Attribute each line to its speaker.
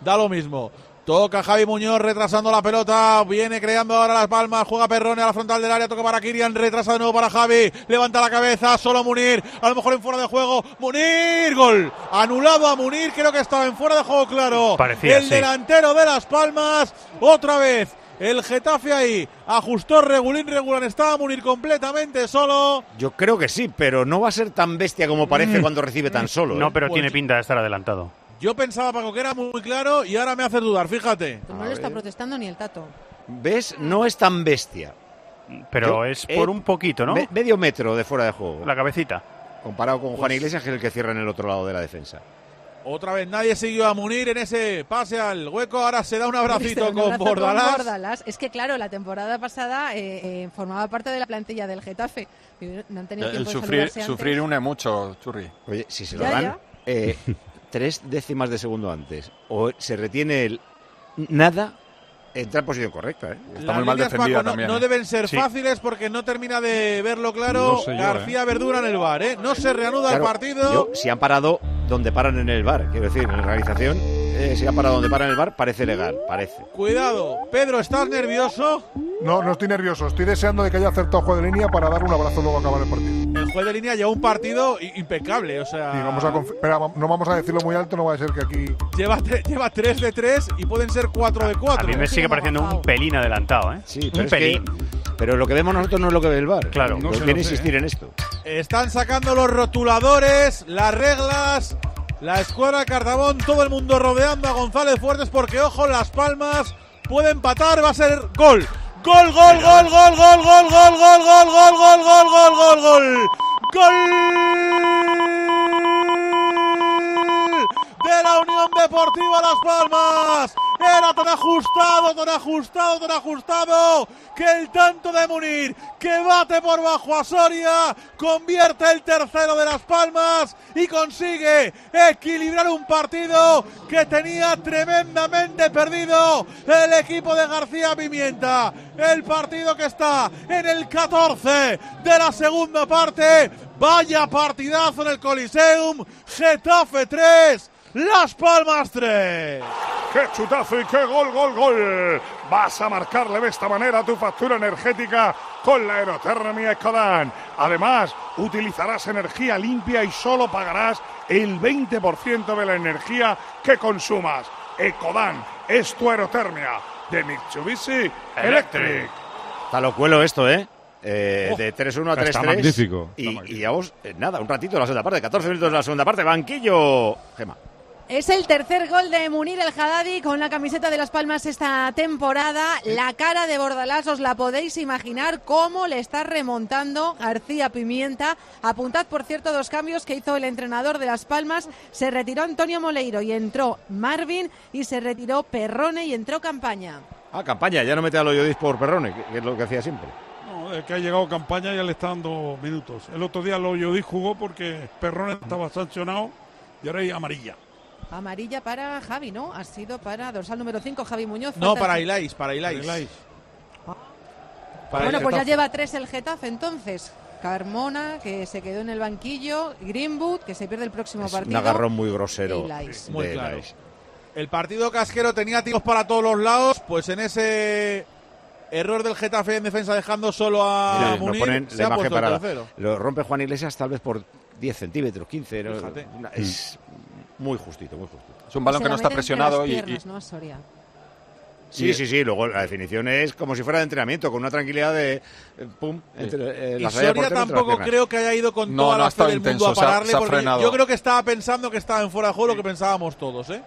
Speaker 1: da lo mismo. Toca Javi Muñoz retrasando la pelota. Viene creando ahora las palmas. Juega Perrone a la frontal del área. Toca para Kirian. Retrasa de nuevo para Javi. Levanta la cabeza. Solo Munir. A lo mejor en fuera de juego. Munir. Gol. Anulado a Munir. Creo que estaba en fuera de juego, claro.
Speaker 2: Parecía,
Speaker 1: El
Speaker 2: sí.
Speaker 1: delantero de las palmas. Otra vez. El Getafe ahí. Ajustó Regulín. Regulan. Estaba Munir completamente solo.
Speaker 3: Yo creo que sí, pero no va a ser tan bestia como parece cuando recibe tan solo. ¿eh?
Speaker 2: Mm. No, pero
Speaker 1: Pues-
Speaker 2: tiene pinta de estar adelantado.
Speaker 1: Yo pensaba, Paco, que era muy claro y ahora me hace dudar. Fíjate.
Speaker 4: Pues no lo está protestando ni el tato.
Speaker 3: ¿Ves? No es tan bestia.
Speaker 2: Pero
Speaker 3: Yo-
Speaker 2: es por
Speaker 3: eh,
Speaker 2: un poquito, ¿no?
Speaker 3: Me- medio metro de fuera de juego.
Speaker 2: La cabecita.
Speaker 3: Comparado con Juan
Speaker 1: Pues-
Speaker 3: Iglesias, que es el que cierra en el otro lado de la defensa.
Speaker 1: Otra vez nadie siguió a Munir en ese pase al hueco. Ahora se da un abracito
Speaker 4: Un
Speaker 1: con
Speaker 4: abrazo
Speaker 1: Bordalás.
Speaker 4: Bordalás. Es que, claro, la temporada pasada eh, eh, formaba parte de la plantilla del Getafe. Y No han tenido
Speaker 5: El
Speaker 4: tiempo de
Speaker 5: sufrir,
Speaker 4: saludarse
Speaker 5: sufrir une mucho, Churri.
Speaker 3: Oye, si se lo
Speaker 4: Ya,
Speaker 3: dan
Speaker 4: ya.
Speaker 3: eh, tres décimas de segundo antes, o se retiene el nada, entra en posición correcta. ¿eh?
Speaker 5: Está
Speaker 1: Las
Speaker 5: muy mal
Speaker 1: líneas,
Speaker 5: defendida
Speaker 1: no,
Speaker 5: también,
Speaker 1: no
Speaker 5: ¿eh?
Speaker 1: deben ser
Speaker 2: Sí.
Speaker 1: fáciles porque no termina de verlo claro
Speaker 5: No sé yo,
Speaker 1: García Verdura en el bar. ¿eh? No se reanuda
Speaker 3: Claro,
Speaker 1: el partido.
Speaker 3: yo, si han parado donde paran en el bar, quiero decir, en la organización, eh, si han parado donde paran en el bar, parece legal, parece.
Speaker 1: Cuidado. Pedro, ¿estás nervioso?
Speaker 6: No, no estoy nervioso. Estoy deseando de que haya acertado juego de línea para dar un abrazo luego a acabar el partido.
Speaker 1: El juez de línea lleva un partido i- impecable. O sea,
Speaker 6: Y vamos a confi- pero vam- no vamos a decirlo muy alto, no va a ser que aquí.
Speaker 1: lleva, tre- lleva 3 de 3 y pueden ser 4 de 4.
Speaker 2: A mí me
Speaker 4: Sí,
Speaker 2: sigue
Speaker 4: como
Speaker 2: pareciendo un
Speaker 4: bajao.
Speaker 2: pelín adelantado, ¿eh?
Speaker 3: Sí, pero
Speaker 2: un
Speaker 3: es que-
Speaker 2: pelín.
Speaker 3: pero lo que vemos nosotros no es lo que ve el bar.
Speaker 2: Claro.
Speaker 3: no
Speaker 5: No se lo
Speaker 3: viene a
Speaker 5: sé,
Speaker 3: insistir en esto.
Speaker 1: Están sacando los rotuladores, las reglas, la escuadra de Cardamón, todo el mundo rodeando a González Fuertes porque, ojo, Las Palmas puede empatar, va a ser gol. Gol, gol, gol, gol, gol, gol, gol, gol, gol, gol, gol, gol, gol, gol, gol. Gol de la Unión Deportiva Las Palmas. Era tan ajustado, tan ajustado, tan ajustado que el tanto de Munir, que bate por bajo a Soria, convierte el tercero de Las Palmas y consigue equilibrar un partido que tenía tremendamente perdido el equipo de García Pimienta. El partido que está en el 14 de la segunda parte. Vaya partidazo en el Coliseum. Getafe 3, Las Palmas 3.
Speaker 7: ¡Qué chutazo y qué gol, gol, gol! Vas a marcarle de esta manera tu factura energética con la aerotermia Escodán. Además, utilizarás energía limpia y solo pagarás el 20% de la energía que consumas. Ecodan es tu aerotermia de Mitsubishi Electric.
Speaker 3: Está locuelo esto, ¿eh? Eh, de 3-1 a 3-3.
Speaker 8: está magnífico.
Speaker 3: Y, y vamos, eh, nada, un ratito la segunda parte, 14 minutos la segunda parte, banquillo. Gema.
Speaker 4: Es el tercer gol de Munir el Haddadi con la camiseta de Las Palmas esta temporada. La cara de Bordalás os la podéis imaginar cómo le está remontando García Pimienta. Apuntad, por cierto, dos cambios que hizo el entrenador de Las Palmas. Se retiró Antonio Moleiro y entró Marvin y se retiró Perrone y entró Campaña.
Speaker 3: Ah, campaña, ya no mete a Loyodis por perrones, que, que es lo que hacía siempre.
Speaker 9: No, el que ha llegado campaña ya le está dando minutos. El otro día lo Yodí jugó porque Perrón estaba sancionado y ahora hay amarilla.
Speaker 4: Amarilla para Javi, ¿no? Ha sido para dorsal número 5, Javi Muñoz.
Speaker 1: No,
Speaker 4: Falta-
Speaker 1: para Ilais, para Ilais.
Speaker 9: Arregláis.
Speaker 1: Para
Speaker 4: bueno,
Speaker 1: el
Speaker 4: pues ya
Speaker 1: Getafe.
Speaker 4: lleva tres el Getafe entonces. Carmona, que se quedó en el banquillo. Greenwood, que se pierde el próximo
Speaker 3: Es un
Speaker 4: partido.
Speaker 3: agarrón muy grosero.
Speaker 4: Y Lais.
Speaker 3: de
Speaker 1: Muy claro.
Speaker 3: Lais.
Speaker 1: El partido casquero tenía tiros para todos los lados, pues en ese error del Getafe en defensa dejando solo a
Speaker 3: Mira, nos
Speaker 1: Munir,
Speaker 3: ponen
Speaker 1: Ah, se
Speaker 3: la
Speaker 1: ha
Speaker 3: imagen
Speaker 1: puesto el
Speaker 3: parada.
Speaker 1: tercero.
Speaker 3: Lo rompe Juan Iglesias tal vez por 10 centímetros, 15. ¿no?
Speaker 1: Fíjate.
Speaker 3: Una- es muy justito, muy justito.
Speaker 5: Es un balón
Speaker 4: Se
Speaker 5: que
Speaker 4: la
Speaker 5: no está
Speaker 4: mete entre
Speaker 5: presionado
Speaker 4: las
Speaker 5: y,
Speaker 4: piernas,
Speaker 5: y-
Speaker 4: ¿no, Soria?
Speaker 3: Sí, sí, sí. Luego la definición es como si fuera de entrenamiento, con una tranquilidad de. eh, Pum. Entre, eh,
Speaker 1: Y
Speaker 3: la salida
Speaker 1: Soria
Speaker 3: del portero entre las
Speaker 1: tampoco
Speaker 3: piernas.
Speaker 1: creo que haya ido con
Speaker 5: No,
Speaker 1: toda
Speaker 5: no ha
Speaker 1: la fe
Speaker 5: estado
Speaker 1: del mundo
Speaker 5: intenso,
Speaker 1: a
Speaker 5: se ha-
Speaker 1: pararle.
Speaker 5: se ha
Speaker 1: porque yo-
Speaker 5: frenado.
Speaker 1: yo creo que estaba pensando que estaba en fuera de juego lo que pensábamos todos, ¿eh?